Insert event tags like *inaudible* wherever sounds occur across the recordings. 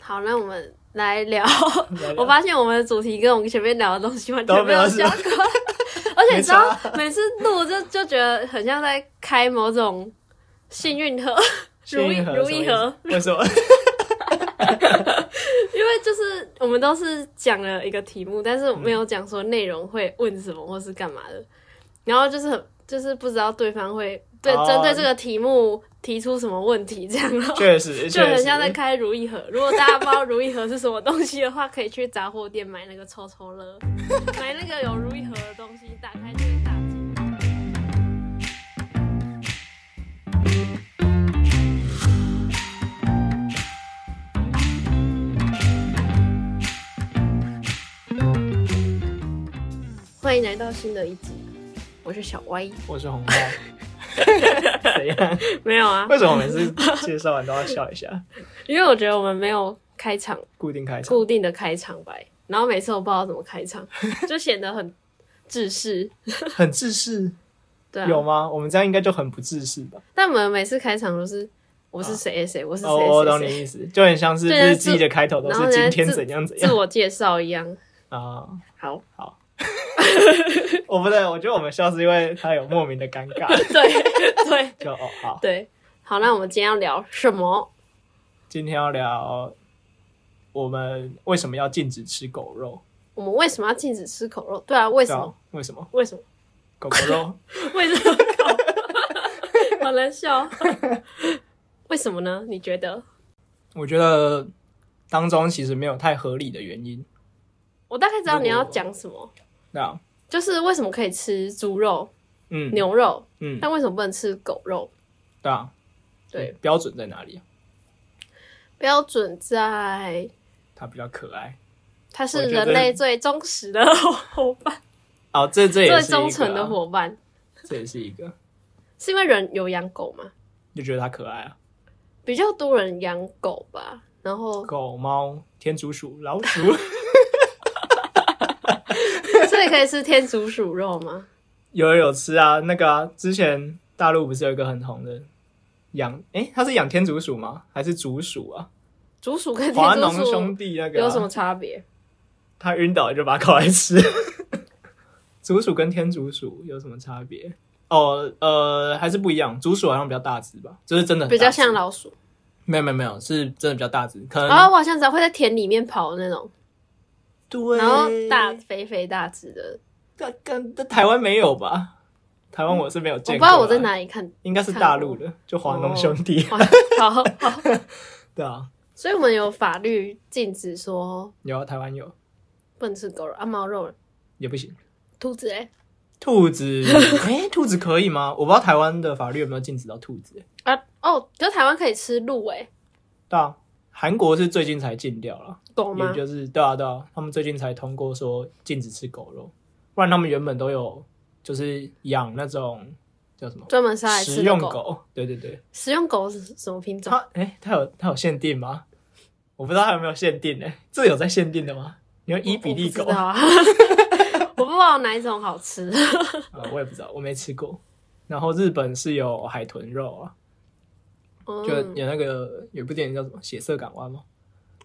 好，那我们来聊。 *laughs* 聊我发现我们的主题跟我们前面聊的东西完全没有相都关， *laughs* 而且你知道没每次录就就觉得很像在开某种幸运 *laughs* 盒、如意幸运盒如意盒，为 *laughs* 什么？因为就是我们都是讲了一个题目，但是没有讲说内容会问什么或是干嘛的，然后就是很就是不知道对方会对哦针对这个题目提出什么问题这样咯。确就实，确很实像在 *laughs* 开如意盒。如果大家不知道如意盒是什么东西的话， *laughs* 可以去杂货店买那个抽抽乐，买那个有如意盒的东西，打开就是大吉。欢迎来到新的一集，我是小歪。我是红包。怎样？没有啊，为什么每次介绍完都要笑一下？因为我觉得我们没有开场固定开场固定的开场白，然后每次我不知道怎么开 *laughs* 场，就显得很自私。很自私，对啊，有吗？我们这样应该就很不自私吧？但我们每次开场都是我是谁谁谁，我是谁哦，我懂谁谁，你意思，就很像是对但日是记的开头都然后是人家今天自怎样怎自样我介绍一样。啊。 *laughs* 好，我不对，我觉得我们笑是因为他有莫名的尴尬。 *laughs* 对对就哦好，对，好，那我们今天要聊什么？今天要聊我们为什么要禁止吃狗肉？我们为什么要禁止吃狗肉？对啊，为为什么？？为什么？为什么？狗狗肉？为什么搞？好难 *laughs* 笑。为什么呢？你觉得？我觉得当中其实没有太合理的原因。我大概知道你要如果讲什么，那就是为什么可以吃猪肉、嗯牛肉，嗯，但为什么不能吃狗肉？对啊，对嗯，标准在哪里啊？标准在它比较可爱。它我是觉人得类最忠实 *laughs* 的伙伴，哦，这这最也是一个啊忠诚的，伙伴。这也是一个，是因为人有养狗吗？就觉得它可爱啊。比较多人养狗吧，然后 *laughs* 狗、猫、天竺鼠、老鼠， *laughs* 所以可以吃天竺鼠肉吗？有人有吃啊。那个啊，之前大陆不是有一个很红的养，诶，它是养天竺鼠吗？还是竹鼠啊？竹鼠跟华天农竺兄鼠弟那个啊、有什么差别？他晕倒就把它烤来吃。竹鼠跟天竺鼠有什么差别？哦，呃，还是不一样。竹鼠好像比较大只吧，就是真的很比较大只像。老鼠没有没有没有，是真的比较大只，可能、啊，我好像知道会在田里面跑的那种，对。然后大肥肥大只的，但，跟跟台湾没有吧？台湾我是没有我见不知过、道我在，哪里看。 *laughs* 哦应该是大陆的，就华农兄弟。哇好，好对啊，所以我们有法律禁止说有啊，台湾有不能吃狗肉啊，猫肉了，也不行。兔子哎、兔子，哎、兔子可以吗？我不知道台湾的法律有没有禁止到兔子、欸。啊哦，可是台湾可以吃鹿哎、对啊，韩国是最近才禁掉了。狗吗也？就是对啊对啊，他们最近才通过说禁止吃狗肉，不然他们原本都有就是养那种叫什么专门杀来吃食的用狗。狗，对对对，食用狗是什么品种它？哎、它有它有限定吗？我不知道它有没有限定呢、这有在限定的吗？你用伊比利我狗不知 *laughs* 道啊，我不知道哪一种好吃。啊我也不知道，我没吃过。然后日本是有海豚肉啊，就嗯，有那个有一部电影叫什么《血色港湾》吗？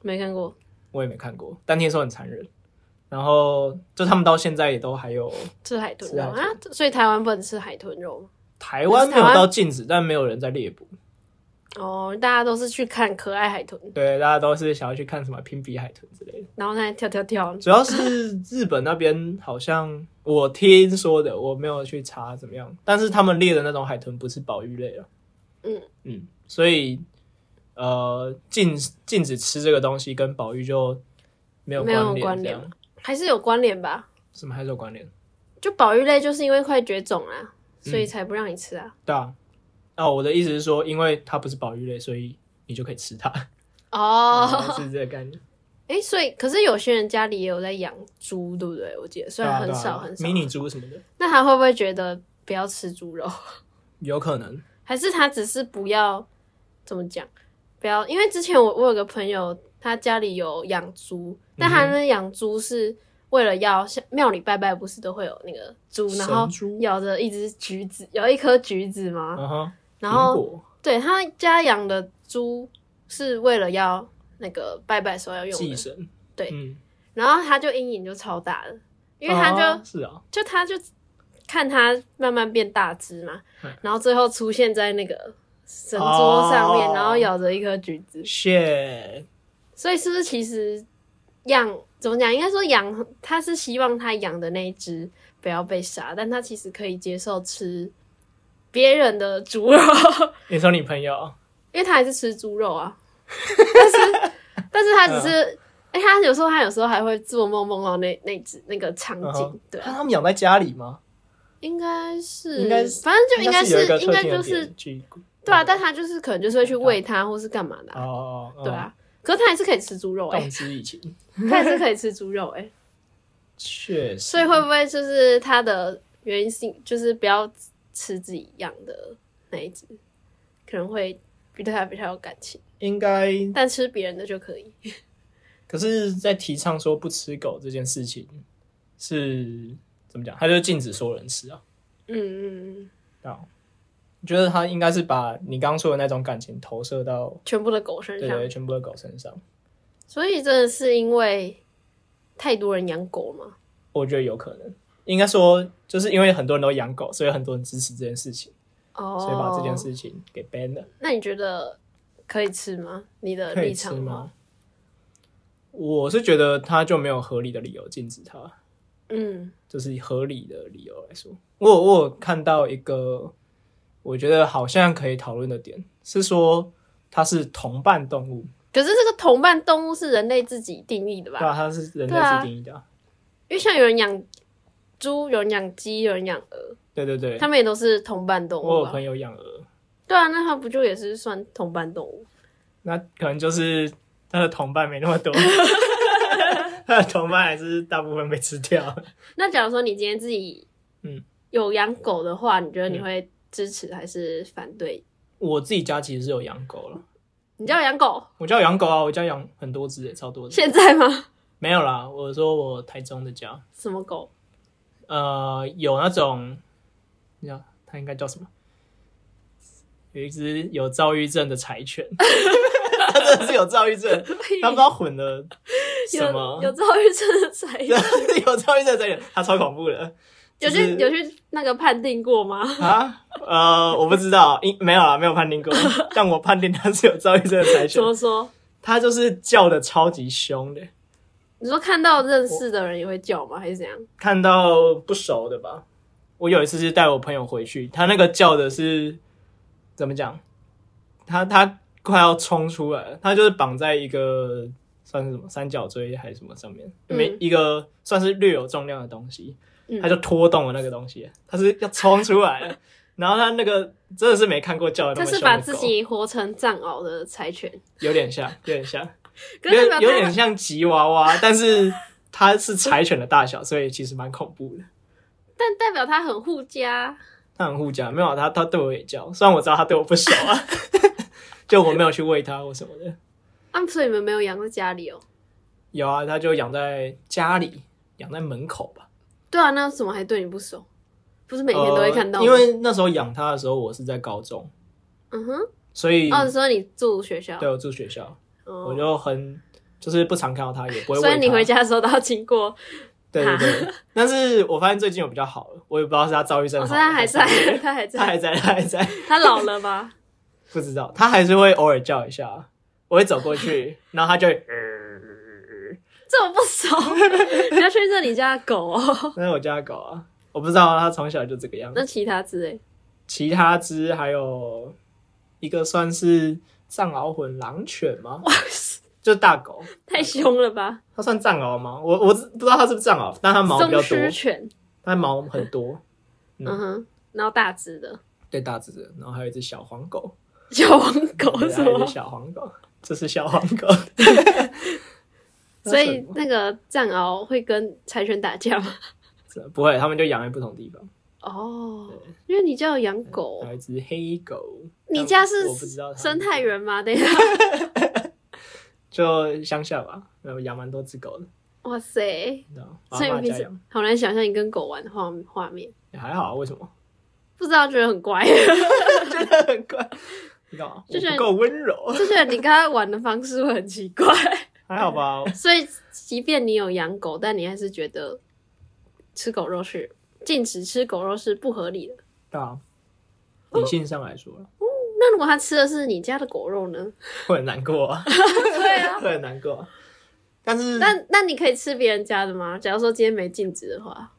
没看过。我也没看过，但听说很残忍。然后就他们到现在也都还有吃海豚吃肉海啊豚？所以台湾不能吃海豚肉吗台湾没有到禁止，但没有人在猎捕。哦，大家都是去看可爱海豚，对，大家都是想要去看什么拼比海豚之类的。然后在跳跳跳。主要是日本那边好像我听说的，我没有去查怎么样，但是他们猎的那种海豚不是保育类啊。嗯嗯，所以呃，禁禁止吃这个东西跟保育就没有没有关联，关这联样还是有关联吧？什么还是有关联？就保育类，就是因为快绝种啦，嗯所以才不让你吃啊。对啊，哦，我的意思是说，因为它不是保育类，所以你就可以吃它， *laughs* 哦， *laughs* 是这个概念。哎，所以可是有些人家里也有在养猪，对不对？我记得虽对然啊，对很啊少对啊很少，迷你猪什么的，那他会不会觉得不要吃猪肉？ *laughs* 有可能。还是他只是不要怎么讲，不要，因为之前我我有个朋友，他家里有养猪，但他那养猪是为了要像庙里拜拜，不是都会有那个猪，然后神猪啊咬着一只橘子，咬一颗橘子嘛，嗯哼，然后苹果对他家养的猪是为了要那个拜拜时候要用寄的。生，对嗯，然后他就阴影就超大了，因为他就、啊是啊，就他就看他慢慢变大只嘛嗯，然后最后出现在那个神桌上面，哦然后咬着一颗橘子。 shit，所以是不是其实养怎么讲？应该说养，他是希望他养的那一只不要被杀，但他其实可以接受吃别人的猪肉， *laughs* 你说你朋友因为他还是吃猪肉啊。但是， *laughs* 但是他只是，嗯哎、他有时候他有时候还会做梦梦到那那只那个场景，嗯哼对啊、他们养在家里吗？应该是，应该是反正就应该是有一个是，应特该定就的是点，去对啊，但他就是可能就是会去喂它或是干嘛的啊、哦，哦对，啊。可是他还是可以吃猪肉哎、动之以情，他还是可以吃猪肉哎、 *laughs* 确实所以会不会就是它的原因性就是不要吃自己养的那一只，可能会比对它比较有感情，应该，但吃别人的就可以。可是，在提倡说不吃狗这件事情是怎么讲？他就禁止所有人吃啊，嗯嗯嗯，啊，我觉得他应该是把你刚刚说的那种感情投射到全部的狗身对上，对全部的狗身上，所以真的是因为太多人养狗嘛？我觉得有可能。应该说，就是因为很多人都养狗，所以很多人支持这件事情，哦，所以把这件，事情给 ban 了。那你觉得可以吃吗？你的可以呃立吃场的话吗？？我是觉得他就没有合理的理由禁止他，嗯，就是以合理的理由来说，我有我有看到一个我觉得好像可以讨论的点是说它是同伴动物，可是这个同伴动物是人类自己定义的吧？对啊，它是人类对啊自定义的啊、因为像有人养猪，有人养鸡，有人养鹅，对对对，他们也都是同伴动我物有吧？朋友养鹅，对啊，那它不就也是算同伴动物？那可能就是它的同伴没那么 *laughs* 多，它的同伴还是大部分被吃掉。那假如说你今天自己嗯有养狗的话，你觉得你会支持还是反对？我自己家其实是有养狗了，你家有养狗我家有养狗啊，我家养很多只耶，欸超多只。现在吗？ *laughs* 没有啦，我说我台中的家，什么狗？呃，有那种，你知道它应该叫什么？有一只有躁郁症的柴犬， *laughs* 它真的是有躁郁症，它不知道混了什 *laughs* 有 *laughs* 么，有躁郁症的才有 *laughs* 有躁郁症的柴犬，它超恐怖的。有就是去有去那个判定过吗？ *laughs* 啊，呃，我不知道，应没有啦，没有判 *laughs* 定过，但我判定它是有躁郁症的柴怎犬，么说？它就是叫的超级凶的，你说看到认识的人也会叫吗？还是怎样？看到不熟的吧。我有一次是带我朋友回去，他那个叫的是怎么讲？他他快要冲出来了，他就是绑在一个算是什么三角锥还是什么上面，嗯没、一个算是略有重量的东西，嗯他就拖动了那个东西，他是要冲出来 *laughs* 了。然后他那个真的是没看过叫的那它么是凶的把自狗己活成藏獒的柴犬，有点像，有 *laughs* 点像，可有是代有表点像吉娃娃，但是它是柴犬的大小，所以其实蛮恐怖的。但代表它很护家。他很护家，没有啊他，他对我也叫，虽然我知道他对我不熟啊， *laughs* 就我没有去喂他或什么的。啊，所以你们没有养在家里哦？有啊，他就养在家里，养在门口吧。对啊，那怎么还对你不熟？不是每天都会看到吗、呃因为那时候养他的时候，我是在高中，嗯哼，所以、哦，啊所以你住学校，对我住学校，哦我就很就是不常看到他，也不会喂所他。以你回家的时候都要经 *laughs* 过，对对 *laughs* 对，但是我发现最近有比较好了，我也不知道是他躁郁症哦，好所了以他还在是，他还他还在，在，他还在。他老了吧？不知道，他还是会偶尔叫一下，啊我会走 *laughs* 过去，然后他就会，这么不熟，你要去认你家的狗哦。 *laughs* 那是我家的狗啊，我不知道啊它从小就这个样子。那其他之类，其他只还有一个算是藏獒混狼犬吗？哇，就是大狗，太凶了吧？它算藏獒吗？我我不知道它是不是藏獒，但它毛比松较多狮，犬，它毛很多，嗯嗯哼，然后大只的对大只的。然后还有一只小黄狗， *laughs* 小黄狗对是还有一吗只？小黄狗，这是小黄 *laughs* 狗。所以那个藏獒会跟柴犬打架吗？不会，他们就养在不同地方。哦，因为你家有养狗还，有一只黑狗，你家我不知道是它生态园吗？等一下，就乡下吧，然后养蛮多只狗的，哇塞！你知道吗？所以我阿嬷平家时养好难想象你跟狗玩的画画面，也还好啊，为什么？不知道觉得很乖。 *laughs* 真的很乖。你干嘛？就觉我得不够温 *laughs* 柔，就觉得你跟他玩的方式会很奇怪， *laughs* 还好吧？所以即便你有养狗，但你还是觉得吃狗肉是禁止吃狗肉是不合理的。对啊，理性上来说那如果他吃的是你家的狗肉呢？会很难过啊， *laughs* 对啊，会很难过啊。但是那那你可以吃别人家的吗？假如说今天没禁止的话，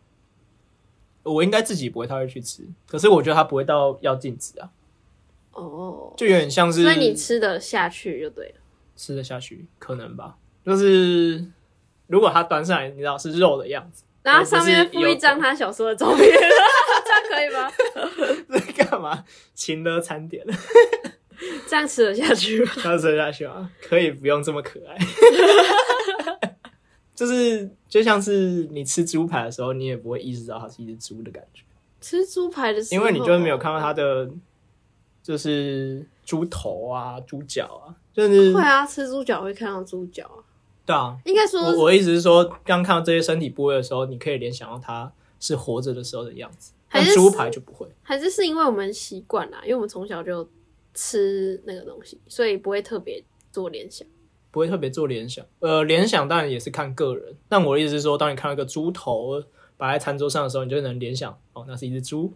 我应该自己不会太会去吃，可是我觉得它不会到要禁止啊，哦，就有点像是所以你吃得下去就对了。吃得下去，可能吧。就是如果它端上来，你知道是肉的样子，然后上面附一张他小时候的照 *laughs* 片，这样可以吗？这干嘛？勤的餐点， *laughs* 这样吃得下去吗？要吃得下去吗？可以不用这么可爱。 *laughs* 就是就像是你吃猪排的时候，你也不会意识到它是一只猪的感觉，吃猪排的时因候，为你就没有看到它的就是猪头啊、猪脚啊，就是会啊，吃猪脚会看到猪脚啊。对啊，应该说，我我的意思是说，刚看到这些身体部位的时候，你可以联想到它是活着的时候的样子，还但是猪排就不会。还是是因为我们习惯啦，因为我们从小就吃那个东西，所以不会特别做联想。不会特别做联想，呃，联想当然也是看个人。但我的意思是说，当你看到一个猪头摆在餐桌上的时候，你就能联想，哦，那是一 *laughs* 只猪，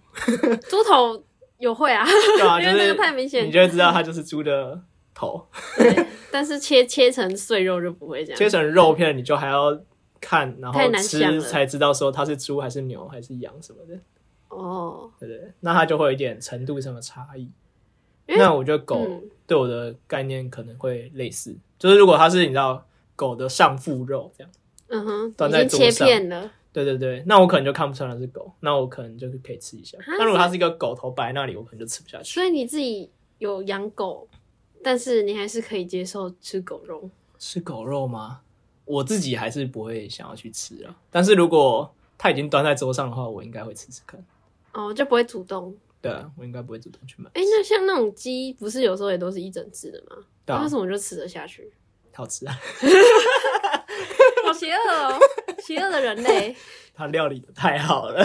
猪头有会啊，对啊，*laughs* 就因为那是个太明显你就会知道它就是猪的头。但是切切成碎肉就不会这样。切成肉片，你就还要看，然太后难想吃了才知道说它是猪还是牛还是羊什么的，哦，对不对？那它就会有一点程度上的差异。因为那我觉得狗嗯对我的概念可能会类似，就是如果它是你知道狗的上腹肉这样，嗯哼，端在已经切桌上片了，对对对，那我可能就看不出来它是狗，那我可能就是可以吃一下啊。那如果它是一个狗头摆在那里，我可能就吃不下去。所以你自己有养狗，但是你还是可以接受吃狗肉。吃狗肉吗？我自己还是不会想要去吃啊。但是如果它已经端在桌上的话，我应该会吃吃看。哦，就不会主动。对啊，我应该不会主动去买。哎、那像那种鸡，不是有时候也都是一整只的吗？对那啊为，什么就吃得下去？好吃啊，好邪恶哦，邪恶的人类。它料理的太好了。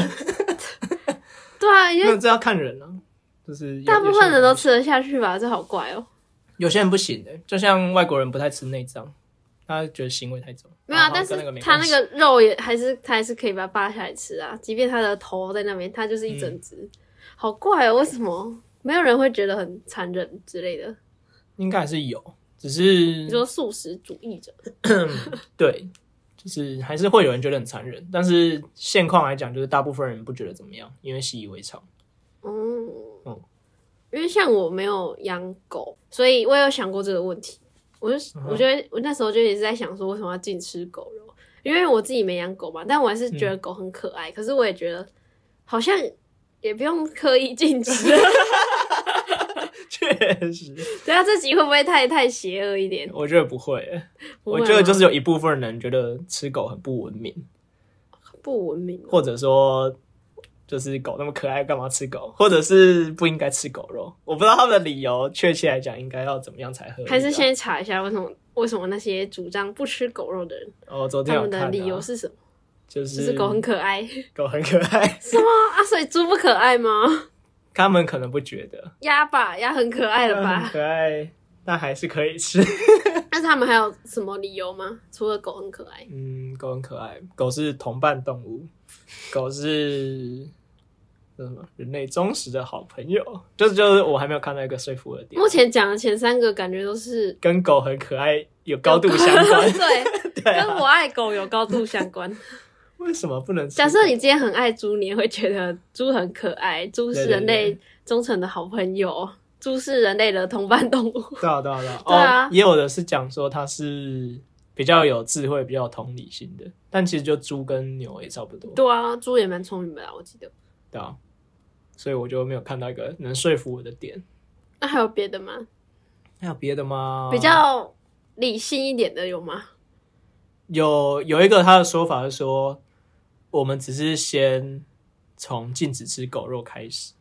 *laughs* 对啊，因那为这要看人啊，就是有大部分人有些都不行吃得下去吧，这好怪哦。有些人不行的、就像外国人不太吃内脏，他觉得腥味太重。没有啊，然后但是跟那个没它关那系个肉也还是它还是可以把它扒下来吃啊，即便它的头在那边，它就是一整只，嗯好怪哦，为什么没有人会觉得很残忍之类的？应该还是有，只你是说素食主义者，对，就是还是会有人觉得很残忍，但是现况来讲，就是大部分人不觉得怎么样，因为习以为常。嗯，嗯因为像我没有养狗，所以我有想过这个问题。我就嗯哼我觉得我那时候就一直在想说，为什么要禁吃狗肉？因为我自己没养狗嘛，但我还是觉得嗯狗很可爱。可是我也觉得好像也不用刻意禁止。 *laughs* *laughs* 确实，对啊，这集会不会太太邪恶一点？我觉得不会欸、不会我吗觉得就是有一部分人觉得吃狗很不文明，不文明哦。或者说。就是狗那么可爱，干嘛吃狗？或者是不应该吃狗肉？我不知道他们的理由，确切来讲应该要怎么样才合理啊、还是先查一下为什么为什么那些主张不吃狗肉的人，哦，昨天他有们看、的啊、理由是什么？就就是是狗很可爱， *laughs* 狗很可爱，是吗？啊，所以猪不可爱吗？他们可能不觉得，鸭吧，鸭很可爱了很 *laughs* 吧？可爱，但还是可以吃。但是他们还有什么理由吗？除了狗很可爱，嗯，狗很可爱，狗是同伴动物，狗是叫什么？人类忠实的好朋友。就是就是，我还没有看到一个说服我的点目，前讲的前三个感觉都是跟狗很可爱有高度相 *laughs* 关。对，对跟啊，我爱狗有高度相关。为什么不能吃狗？ *laughs* 假设你今天很爱猪，你也会觉得猪很可爱，猪是人对对类忠诚的好朋友，猪是人类的同伴动物。对啊对啊对啊，对啊哦，也有的是讲说它是比较有智慧、比较有同理心的，但其实就猪跟牛也差不多。 *laughs* 对啊，猪也蛮聪明的啦，我记得。对啊，所以我就没有看到一个能说服我的点。那还有别的吗？还有别的吗？比较理性一点的有吗？有有一个他的说法是说，我们只是先从禁止吃狗肉开始，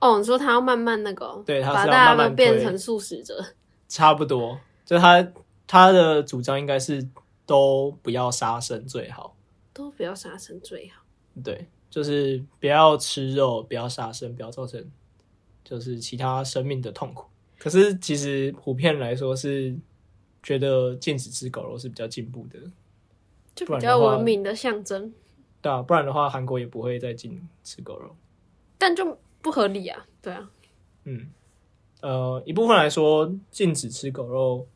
哦，你说他要慢慢那个哦，对他把是要大慢家慢都变推成素食者。差不多。就他他的主张应该是都不要杀生最好，都不要杀生最好。对，就是不要吃肉，不要杀生，不要造成就是其他生命的痛苦。可是其实普遍来说是觉得禁止吃狗肉是比较进步的，就比不然的较话文明的象征，对啊，不然的话韩国也不会再禁吃狗肉。但就不合理啊，对啊，嗯，呃，一部分来说禁止吃狗肉，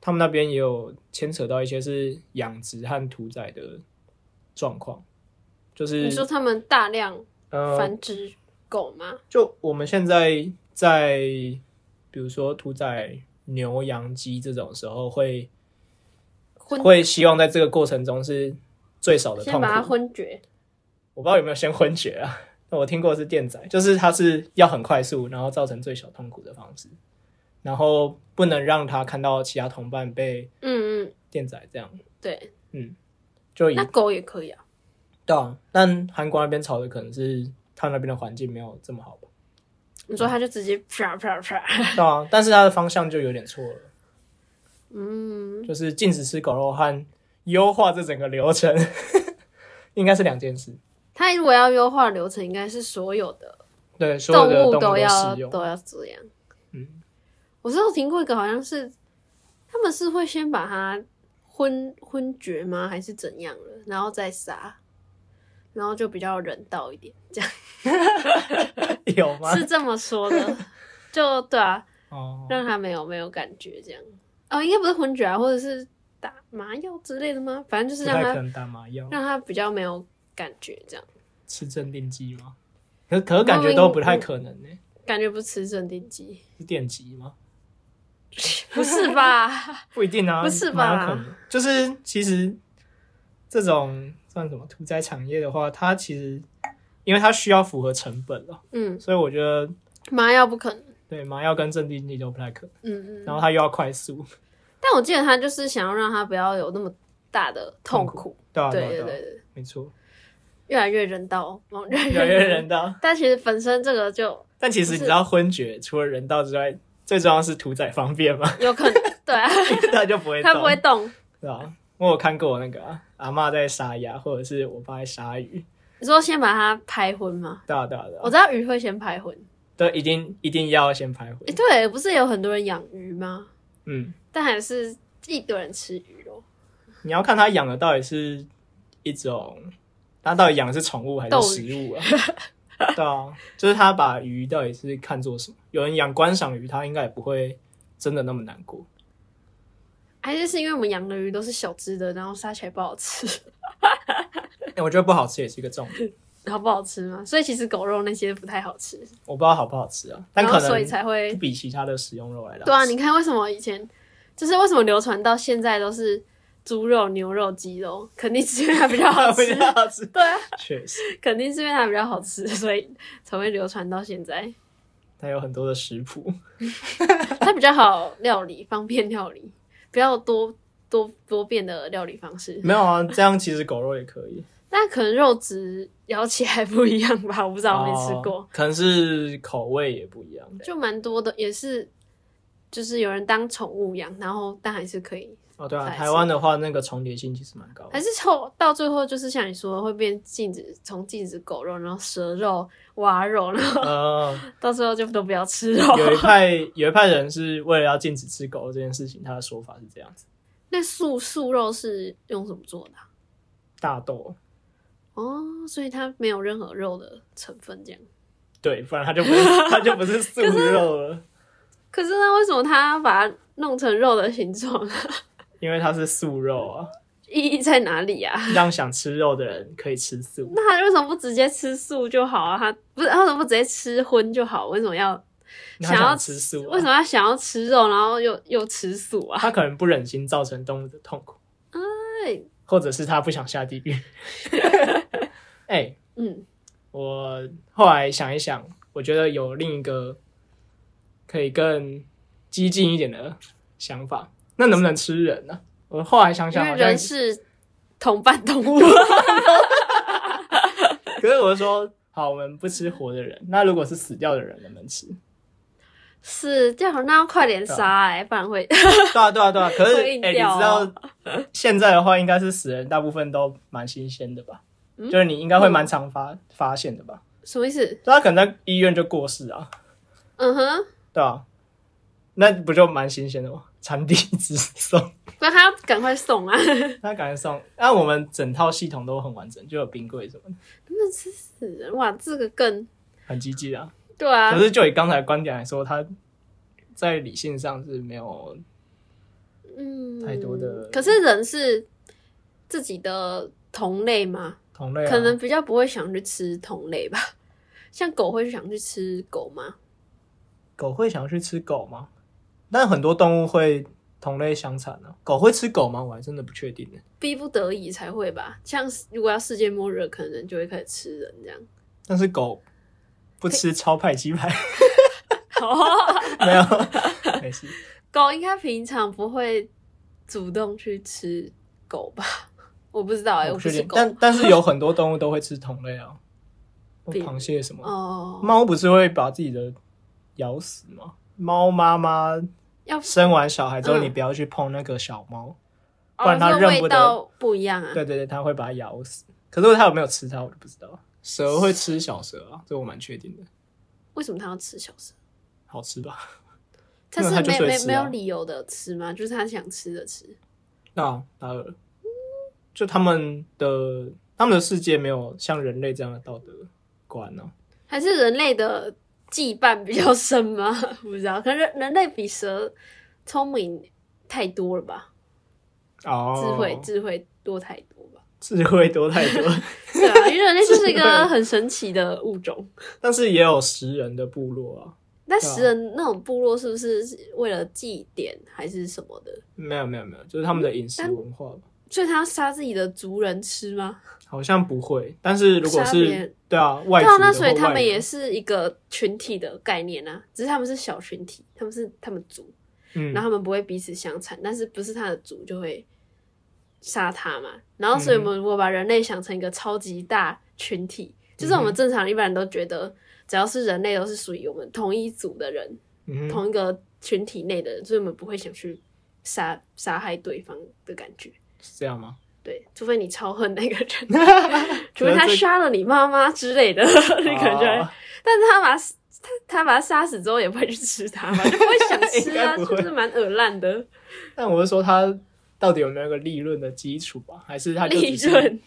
他们那边也有牵扯到一些是养殖和屠宰的状况，就是你说他们大量呃繁殖狗吗？就我们现在在，比如说屠宰牛、羊、鸡这种时候会，昏会希望在这个过程中是最少的先呃痛把它苦。昏厥，我不知道有没有先昏厥啊？我听过是电宰，就是它是要很快速，然后造成最小痛苦的方式，然后不能让它看到其他同伴被嗯嗯，电宰，这样对，就以那狗也可以啊，对啊但韩国那边炒的可能是它那边的环境没有这么好吧？你说它就直接啪啪啪， *laughs* 对啊，但是它的方向就有点错了。嗯，就是禁止吃狗肉和优化这整个流程， *laughs* 应该是两件事。它如果要优化流程，应该是所有的对，所有的动动物物都要适用。都要这样。嗯，我是有听过一个，好像是他们是会先把它昏昏厥吗？还是怎样了，然后再杀，然后就比较人道一点，这样有吗？是这么说 *laughs* 的。就对啊，哦，让他没有没有感觉这样。哦，应该不是昏厥啊，或者是打麻药之类的吗？反正就不是让太他可能打麻药，让他比较没有感觉这样。吃镇定剂吗？可可是感觉都不太可能呢、感觉不吃镇定剂， *laughs* 是电击吗？不是 *laughs* 吧？不一定啊，不是吧哪有可能？就是其实这种算什么屠宰产业的话，它其实因为它需要符合成本了，嗯，所以我觉得麻药不可能。对麻药跟镇定剂都不太可能，嗯嗯。然后它又要快速，但我记得他就是想要让他不要有那么大的痛苦。对啊，对啊对对啊，对，没错，越来越人道，往越来有些 *laughs* 人道。但其实本身这个就但其实你知道昏厥除了人道之外，最重要是屠宰方便嘛， *laughs* 有可能，对啊，他就不会他不会动动。对吧？我有看过那个啊、阿嬷在杀鸭，或者是我爸在杀鱼，你说先把它拍昏吗？对啊对啊对我啊，知道鱼会先拍昏。都一定一定要先拍回诶，。对，不是有很多人养鱼吗？嗯，但还是一堆人吃鱼肉，你要看他养的到底是一种，他到底养的是宠物还是斗食物啊？对啊，就是他把鱼到底是看作什么？有人养观赏鱼，他应该也不会真的那么难过。还是是因为我们养的鱼都是小只的，然后杀起来不好吃， *laughs* 欸我觉得不好吃也是一个重点，然后不好吃嘛，所以其实狗肉那些不太好吃，我不知道好不好吃啊，但然后可能所以才会不比其他的食用肉来的好吃。对啊，你看为什么以前就是为什么流传到现在都是猪肉、牛肉、鸡肉，肯定是因为它比较好 *laughs* 吃。要吃，对啊，确实，肯定是因为它比较好吃，所以才会流传到现在。它有很多的食谱。它比较好料理，方便料理，比较多多多变的料理方式。没有啊，这样其实狗肉也可 *laughs* 以。但可能肉质咬起来不一样吧，我不知啊道，我没吃过，哦可能是口味也不一样。就蛮多的，也是就是有人当宠物养，然后但还是可以哦，对啊，还是台湾的话，那个重叠性其实蛮高还 *laughs* 的。是后到最后就是像你说的，会变禁止从禁止狗肉，然后蛇肉、蛙肉，然后呃，到最后就都不要吃肉。有一派有一派人是为了要禁止吃狗肉这件事情，他的说法是这样子： *laughs* 那素素肉是用什么做的啊、大豆，哦，所以它没有任何肉的成分，这样。对，不然它就不是 *laughs* 它就不是素肉了，可是那为什么它要把它弄成肉的形状 *laughs* 啊？因为它是素肉啊，意义在哪里啊？让想吃肉的人可以吃素。那它为什么不直接吃素就好啊？它不是它为什么不直接吃荤就好？为什么要他想要吃素、啊，为什么要想要吃肉，然后又又吃素啊？他可能不忍心造成动物的痛苦，哎，或者是他不想下 *laughs* 地狱。哎、嗯，我后来想一想，我觉得有另一个可以更激进一点的想法，那能不能吃人呢、我后来想因想，为好像人是同伴动物。 *laughs* 可是我说好，我们不吃活的人，那如果是死掉的人，能不能吃？是这样，那要快点杀啊哎、不然会 *laughs* 对啊，对啊，对啊。可是会哎、硬你掉知道哦现在的话，应该是死人大部分都蛮新鲜的吧？嗯就是你应该会蛮常发发现的吧？什么意思？就他可能在医院就过世啊，嗯哼，啊对啊，那不就蛮新鲜的吗？产地直送，那他要赶快送啊！ *laughs* 他赶快送。那我们整套系统都很完整，就有冰柜什么的，那吃死人哇！这个更很积极啊。对啊可，是就以刚才观点来说，他在理性上是没有嗯，太多的可是人是自己的同类嘛，同类、啊，可能比较不会想去吃同类吧。 *laughs* 像狗会想去吃狗吗？狗会想要去吃狗吗？但很多动物会同类相残啊。狗会吃狗吗？我还真的不确定呢。逼不得已才会吧。像是如果要世界末日，可能就会开始吃人这样。 *laughs* 但是狗不吃超派鸡排，哦，没有，没事。狗应该平常不会主动去吃狗吧？ *laughs* 我不知道哎、我我不不确是定，狗。但但是有很多动物都会吃同类啊， *laughs* 比如螃蟹什么的。哦，猫不是会把自己的咬死吗？猫妈妈要生完小孩之后，嗯你不要去碰那个小猫，哦不然它那认不味得道不一样啊。对对对，它会把它咬死。可是它有没有吃它，我就不知道。蛇会吃小蛇啊，这我蛮确定的，为什么它要吃小蛇？好吃吧？它因为是它就没随没吃啊没有理由的吃吗？就是它想吃的吃。那当然，就他们的他们的世界没有像人类这样的道德观呢、还是人类的羁绊比较深吗？ *laughs* 不知道，可是人类比蛇聪明太多了吧？啊。智慧、智智慧多太多吧？智慧多太 *laughs* 多，对啊，因为人类就是一智慧个很神奇的物种。但是也有食人的部落啊。那对啊食人那种部落是不是为了祭典还是什么的？没有没有没有，就是他们的饮食但文化吧，所以他要杀自己的族人吃吗？好像不会。但是如果杀别人是对啊，外对族的啊，或那所以他外们也人是一个群体的概念啊，只是他们是小群体，他们是他们族，嗯，然后他们不会彼此相残，但是不是他的族就会杀他嘛。然后所以嗯我哼们如果把人类想成一个超级大群体，就是我嗯们哼正常一般人都觉得，只要是人类都是属于我们同一组的人，嗯哼同一个群体内的人，所以我们不会想去杀杀害对方的感觉。是这 *laughs* 样吗？对，除非你超恨那个人，除非他杀了你妈妈之类的， *laughs* 你可能就 *laughs* 会。啊但是他把他他把他杀死之后，也不会去吃他嘛，就不会想吃 *laughs* 应啊，该不是不会是蛮恶烂的？但我是说他到底有没有一个利润的基础吧？还是他就利只是润，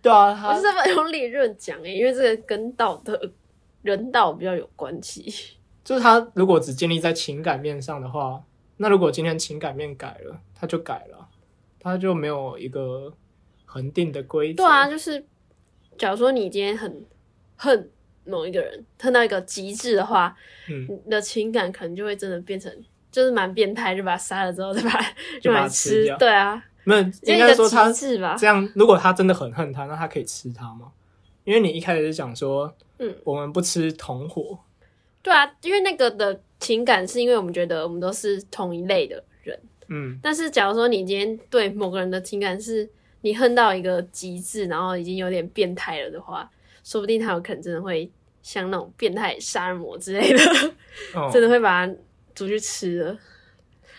对啊，我他是不用利润讲欸诶、因为这个跟道德、人道比较有关系。就是他如果只建立在情感面上的话，那如果今天情感面改了，他就改了，他就没有一个恒定的规则。对啊，，就是假如说你今天很恨某一个人，恨到一个极致的话，嗯，你的情感可能就会真的变成，就是蛮变态，就把它杀了之后再把它就把它它吃吃掉，对啊，那就应一该个啊说他极致吧这。样，如果他真的很恨他，那他可以吃他吗？因为你一开始就讲说，嗯，我们不吃同伙，对啊，因为那个的情感是因为我们觉得我们都是同一类的人，嗯，但是假如说你今天对某个人的情感是你恨到一个极致，然后已经有点变态了的话，说不定他有可能真的会像那种变态杀人魔之类的， *laughs* 哦真的会把它煮去吃了。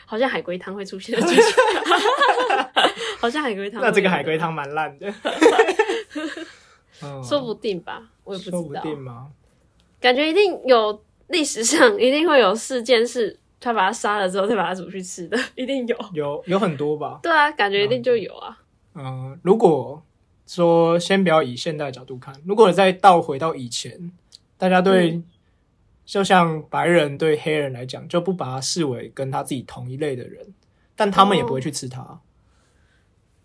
好像海龟汤会出现的 *laughs* 剧情，好像海龟汤会有的。那这个海龟汤蛮烂 *laughs* 的，嗯说不定吧，我也不说知不道。定吗？感觉一定有历史上一定会有事件是他把他杀了之后再把他煮去吃的，一定有。有有很多吧，对啊，感觉一定就有啊。嗯，如果说先不要以现代角度看，如果再倒回到以前，大家对、就像白人对黑人来讲，就不把他视为跟他自己同一类的人，但他们也不会去吃他，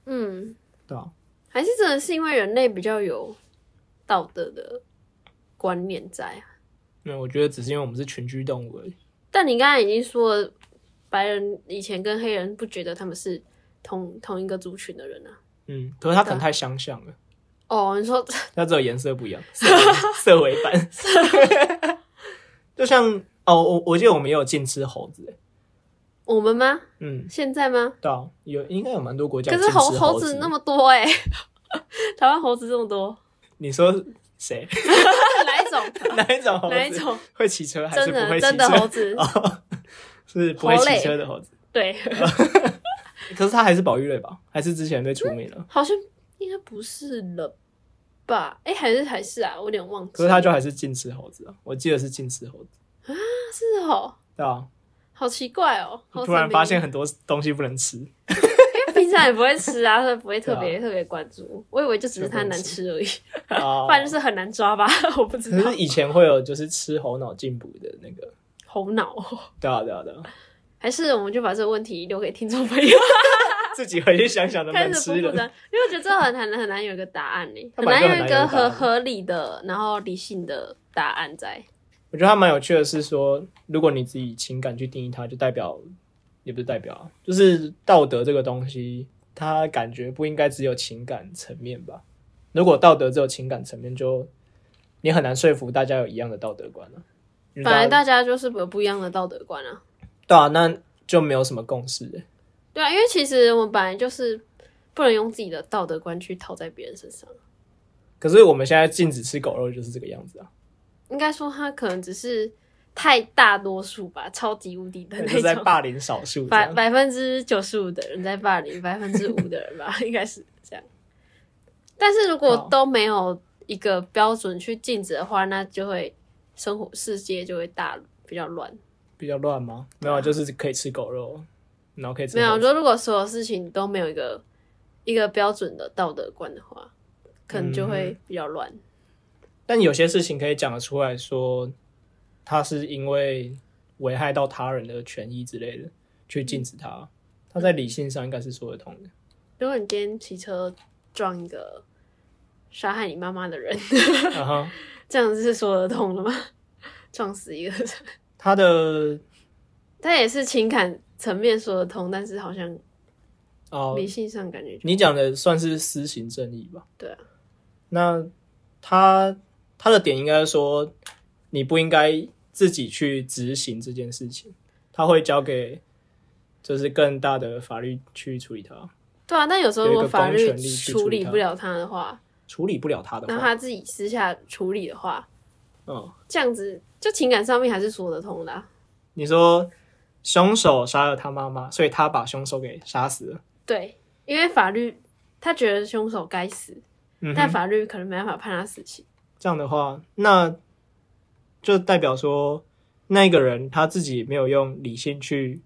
嗯，对吧、还是真的是因为人类比较有道德的观念在啊。因为我觉得只是因为我们是群居动物而已。但你刚才已经说了，白人以前跟黑人不觉得他们是同同一个族群的人啊。嗯，可是他可能太相像了，哦，你说他只有颜色不一 *laughs* 样，色违色违反。就像哦，我我记得我们也有禁吃猴子，我们吗？嗯，现在吗？对啊，有应该有蛮多国家可禁是吃猴猴子那么么，多哎、 *laughs* 台湾猴子这么多，你说谁？哪一种？哪一 *laughs* 种猴子？哪一种？会骑车还是真不的会骑车？真的猴子， *laughs* 哦，是不会骑车的猴子。对，可是它还是保育类吧？还是之前被除名了？好像应该不是了吧？哎、还是还是啊，我有点忘记。可是它就还是禁吃猴子啊！我记得是禁吃猴子，是哦，对啊，好奇怪哦！好突然发现神很多东西不能吃， *laughs* 秘，因为平常也不会吃啊，所以不会特别、对特别关注。我以为就只是它难吃而已，*laughs* 啊不然就是很难抓吧，我不知可道是。以前会有就是吃猴脑进补的那个，猴脑哦，对啊对啊对啊，还是我们就把这个问题留给听众朋友，自己回去想想能不开能始吃不负了。责， *laughs* 因为我觉得这很很很难有一个答案呢，它很本难来有一就很难有个一个答合案合理的，然后理性的答案在。我觉得它蛮有趣的是说，如果你自己情感去定义它，就代表也不是代表啊，就是道德这个东西，它感觉不应该只有情感层面吧。如果道德只有情感层面就，你很难说服大家有一样的道德观了、因为本来大大家家就是有不一样的道德观啊，对啊，那就没有什么共识、欸对啊，因为其实我们本来就是不能用自己的道德观去套在别人身上。可是我们现在禁止吃狗肉就是这个样子啊，应该说他可能只是太大多数吧，超级无敌的就 *laughs* 那是在种，霸凌少数这百样。百分之九十五的人在霸 *laughs* 凌百分之五的人吧，应该是这样。但是如果好都没有一个标准去禁止的话，那就会生活世界就会大比较乱。比较乱吗？没有啊，就是可以吃狗肉，然后可以吃没有，猴我子说如果所有事情都没有一个一个标准的道德观的话，可能就会比较嗯乱。但有些事情可以讲得出来说，他是因为危害到他人的权益之类的去禁止嗯他，他在理性上应该是说得通的。如果你今天骑车撞一个杀害你妈妈的人， *laughs* 嗯然后这样子是说得通的吗？撞死一个人，他的他也是情感层面说得通，但是好像哦，理性上感觉就你讲的算是私刑正义吧？对啊。那他他的点应该是说，你不应该自己去执行这件事情，他会交给就是更大的法律去处理他，对啊。但有时候如果法有一律个公权力去处处理理它不了他的话，处理不了他的让话，他自己私下处理的话，嗯。这样子就情感上面还是说得通的啊、你说凶手杀了他妈妈，所以他把凶手给杀死了。对，因为法律他觉得凶手该死，嗯但哼，法律可能没办法判他死刑。这样的话，那就代表说那个人他自己没有用理性去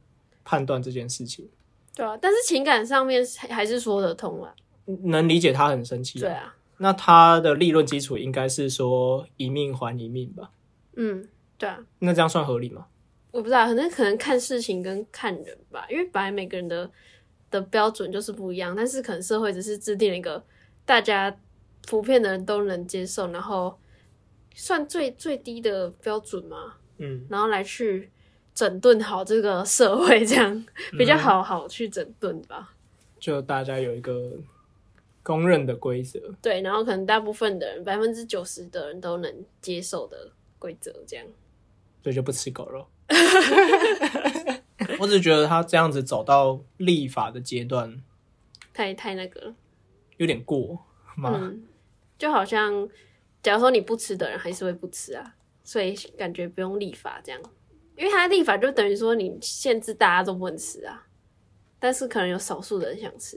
判断这件事情，对啊，但是情感上面还还是说得通啊。能理解他很生气。对，啊，那他的立论基础应该是说一命还一命吧？嗯，对啊。那这样算合理吗？我不知道，可能可能看事情跟看人吧，因为本来每个人的的标准就是不一样，但是可能社会只是制定了一个大家普遍的人都能接受，然后算最最低的标准嘛，嗯，然后来去整顿好这个社会，这样比较好好去整顿吧。就大家有一个公认的规则。对，然后可能大部分的人，百分之九十的人都能接受的规则，这样。所以就不吃 *laughs* 狗肉。我只觉得他这样子走到立法的阶段太太那个了。有点过嘛，嗯，就好像假如说你不吃的人还是会不吃啊，所以感觉不用立法这样，因为他立法就等于说你限制大家都不能吃啊，但是可能有少数的人想吃，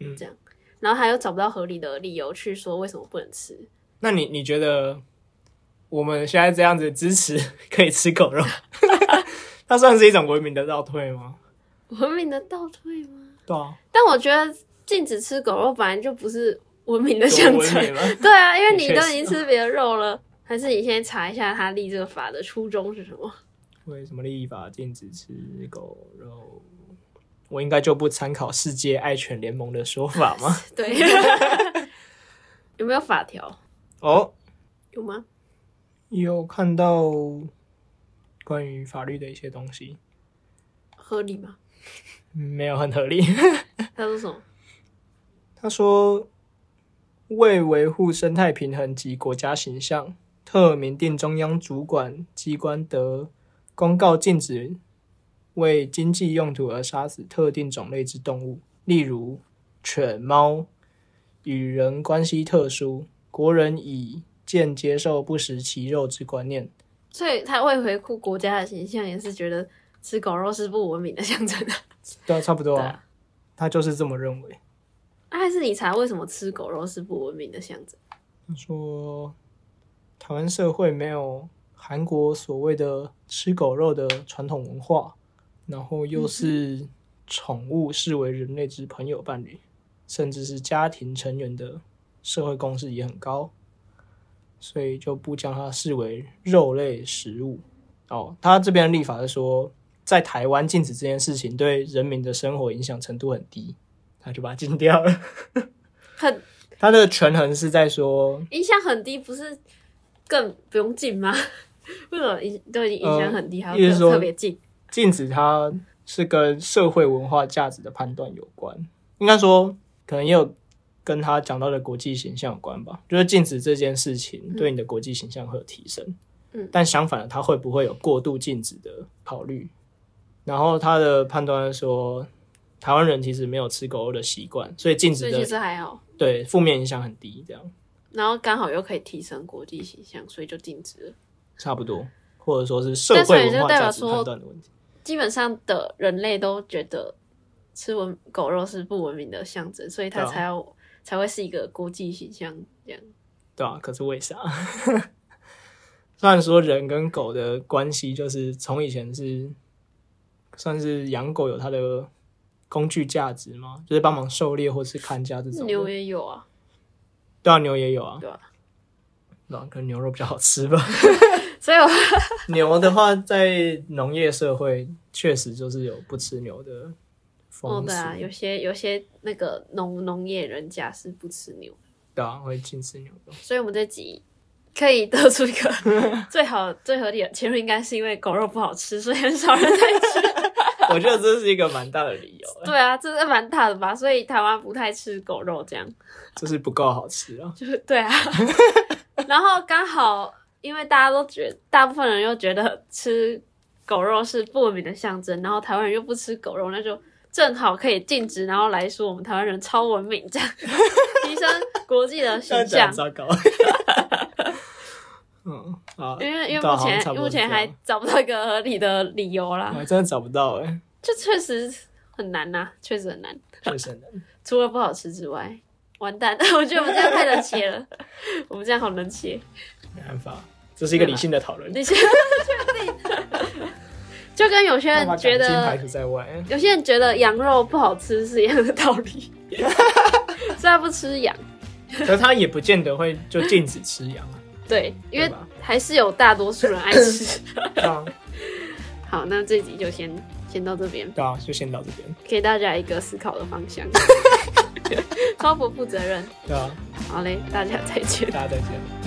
嗯这样，然后他又找不到合理的理由去说为什么不能吃，那你你觉得我们现在这样子支持 *laughs* 可以吃狗肉， *laughs* 它算是一种文明的倒退吗？文明的倒退吗？对啊，但我觉得禁止吃狗肉本来就不是文明的象有文征，明吗？对啊，因为你也确都实已经吃别的肉了，还是你先查一下他立这个法的初衷是什么？为什么立法禁止吃狗肉？我应该就不参考世界爱犬联盟的说法吗？对， *laughs* 有没有法条？哦，有吗？有看到关于法律的一些东西，合理吗？嗯没有很合理。他说什么？他说，为维护生态平衡及国家形象，特明定中央主管机关得公告禁止为经济用途而杀死特定种类之动物，例如犬猫，与人关系特殊，国人以渐接受不食其肉之观念。所以他为回顾国家的形象，也是觉得吃狗肉是不文明的象征的。对、啊，差不多对啊，他就是这么认为。啊还是你查为什么吃狗肉是不文明的象征？他说，台湾社会没有韩国所谓的吃狗肉的传统文化，然后又是宠物视为人类之朋友、伴侣，甚至是家庭成员的社会共识也很高，所以就不将它视为肉类食物。哦，他这边的立法是说，在台湾禁止这件事情对人民的生活影响程度很低，他就把它禁掉了。很他的权衡是在说，影响很低，不是更不用进吗？ *laughs* 为什么影都已经影响很低，还意要思说特别进？禁止它是跟社会文化价值的判断有关，应该说可能也有跟他讲到的国际形象有关吧。就是禁止这件事情对你的国际形象会有提升，嗯但相反的，它会不会有过度禁止的考虑？然后他的判断是说，台湾人其实没有吃狗肉的习惯，所以禁所止以其的实还好，对负面影响很低，这样然后刚好又可以提升国际形象，所以就禁止了。差不多，或者说是社但所以会文就化代表价值说判断的问题。基本上的人类都觉得吃文狗肉是不文明的象征，所以它对啊才要、才会是一个国际形象这样。对啊，可是为啥？ *laughs* 虽然说人跟狗的关系就是从以前是算是养狗有它的工具价值嘛，就是帮忙狩猎或是看家这种牛的。也有啊，对啊，牛也有啊，对啊对啊，可能牛肉比较好吃吧。 *laughs* 所以我牛的话，在农业社会确实就是有不吃牛的哦风俗，对啊，有些有些那个农农业人家是不吃牛，对啊，会禁吃牛肉。所以我们这集可以得出一个 *laughs* 最好最合理的结论，应该是因为狗肉不好吃，所以很少人 *laughs* 在吃。我觉得这是一个蛮大的理由、欸对啊，这是蛮大的吧，所以台湾不太吃狗肉这样。就是不够好吃啊。就是对啊， *laughs* 然后刚好因为大家都觉大部分人又觉得吃狗肉是不文明的象征，然后台湾人又不吃狗肉，那就正好可以禁止，然后来说我们台湾人超文明，这样 *laughs* 提升国际的这样形象。讲糟糕。嗯，好，因为因为 *laughs* 对啊目好像差前不多目是这前样还找不到一个合理的理由啦 *laughs* 我，还真的找不到哎、就确实很难呐、啊确实很难，确实很难。除了不好吃之外，完蛋， *laughs* 我觉得我们这样太冷血了，我们这样好冷血。没办法，这是一个理性的讨论，那些 *laughs* 确定，就跟有些办人啊法觉感情排得，除在外。有些人觉得羊肉不好吃是一样的道 *laughs* 理，所以他不吃羊。可是他也不见得会就禁止吃羊啊，对，因对为吧还是有大多数人爱 *laughs* 吃。对啊，好，那这集就先先到这边，对啊，就先到这边，给大家一个思考的方 *laughs* 向，超不负责任。对啊，好嘞，大家再见。大家再见。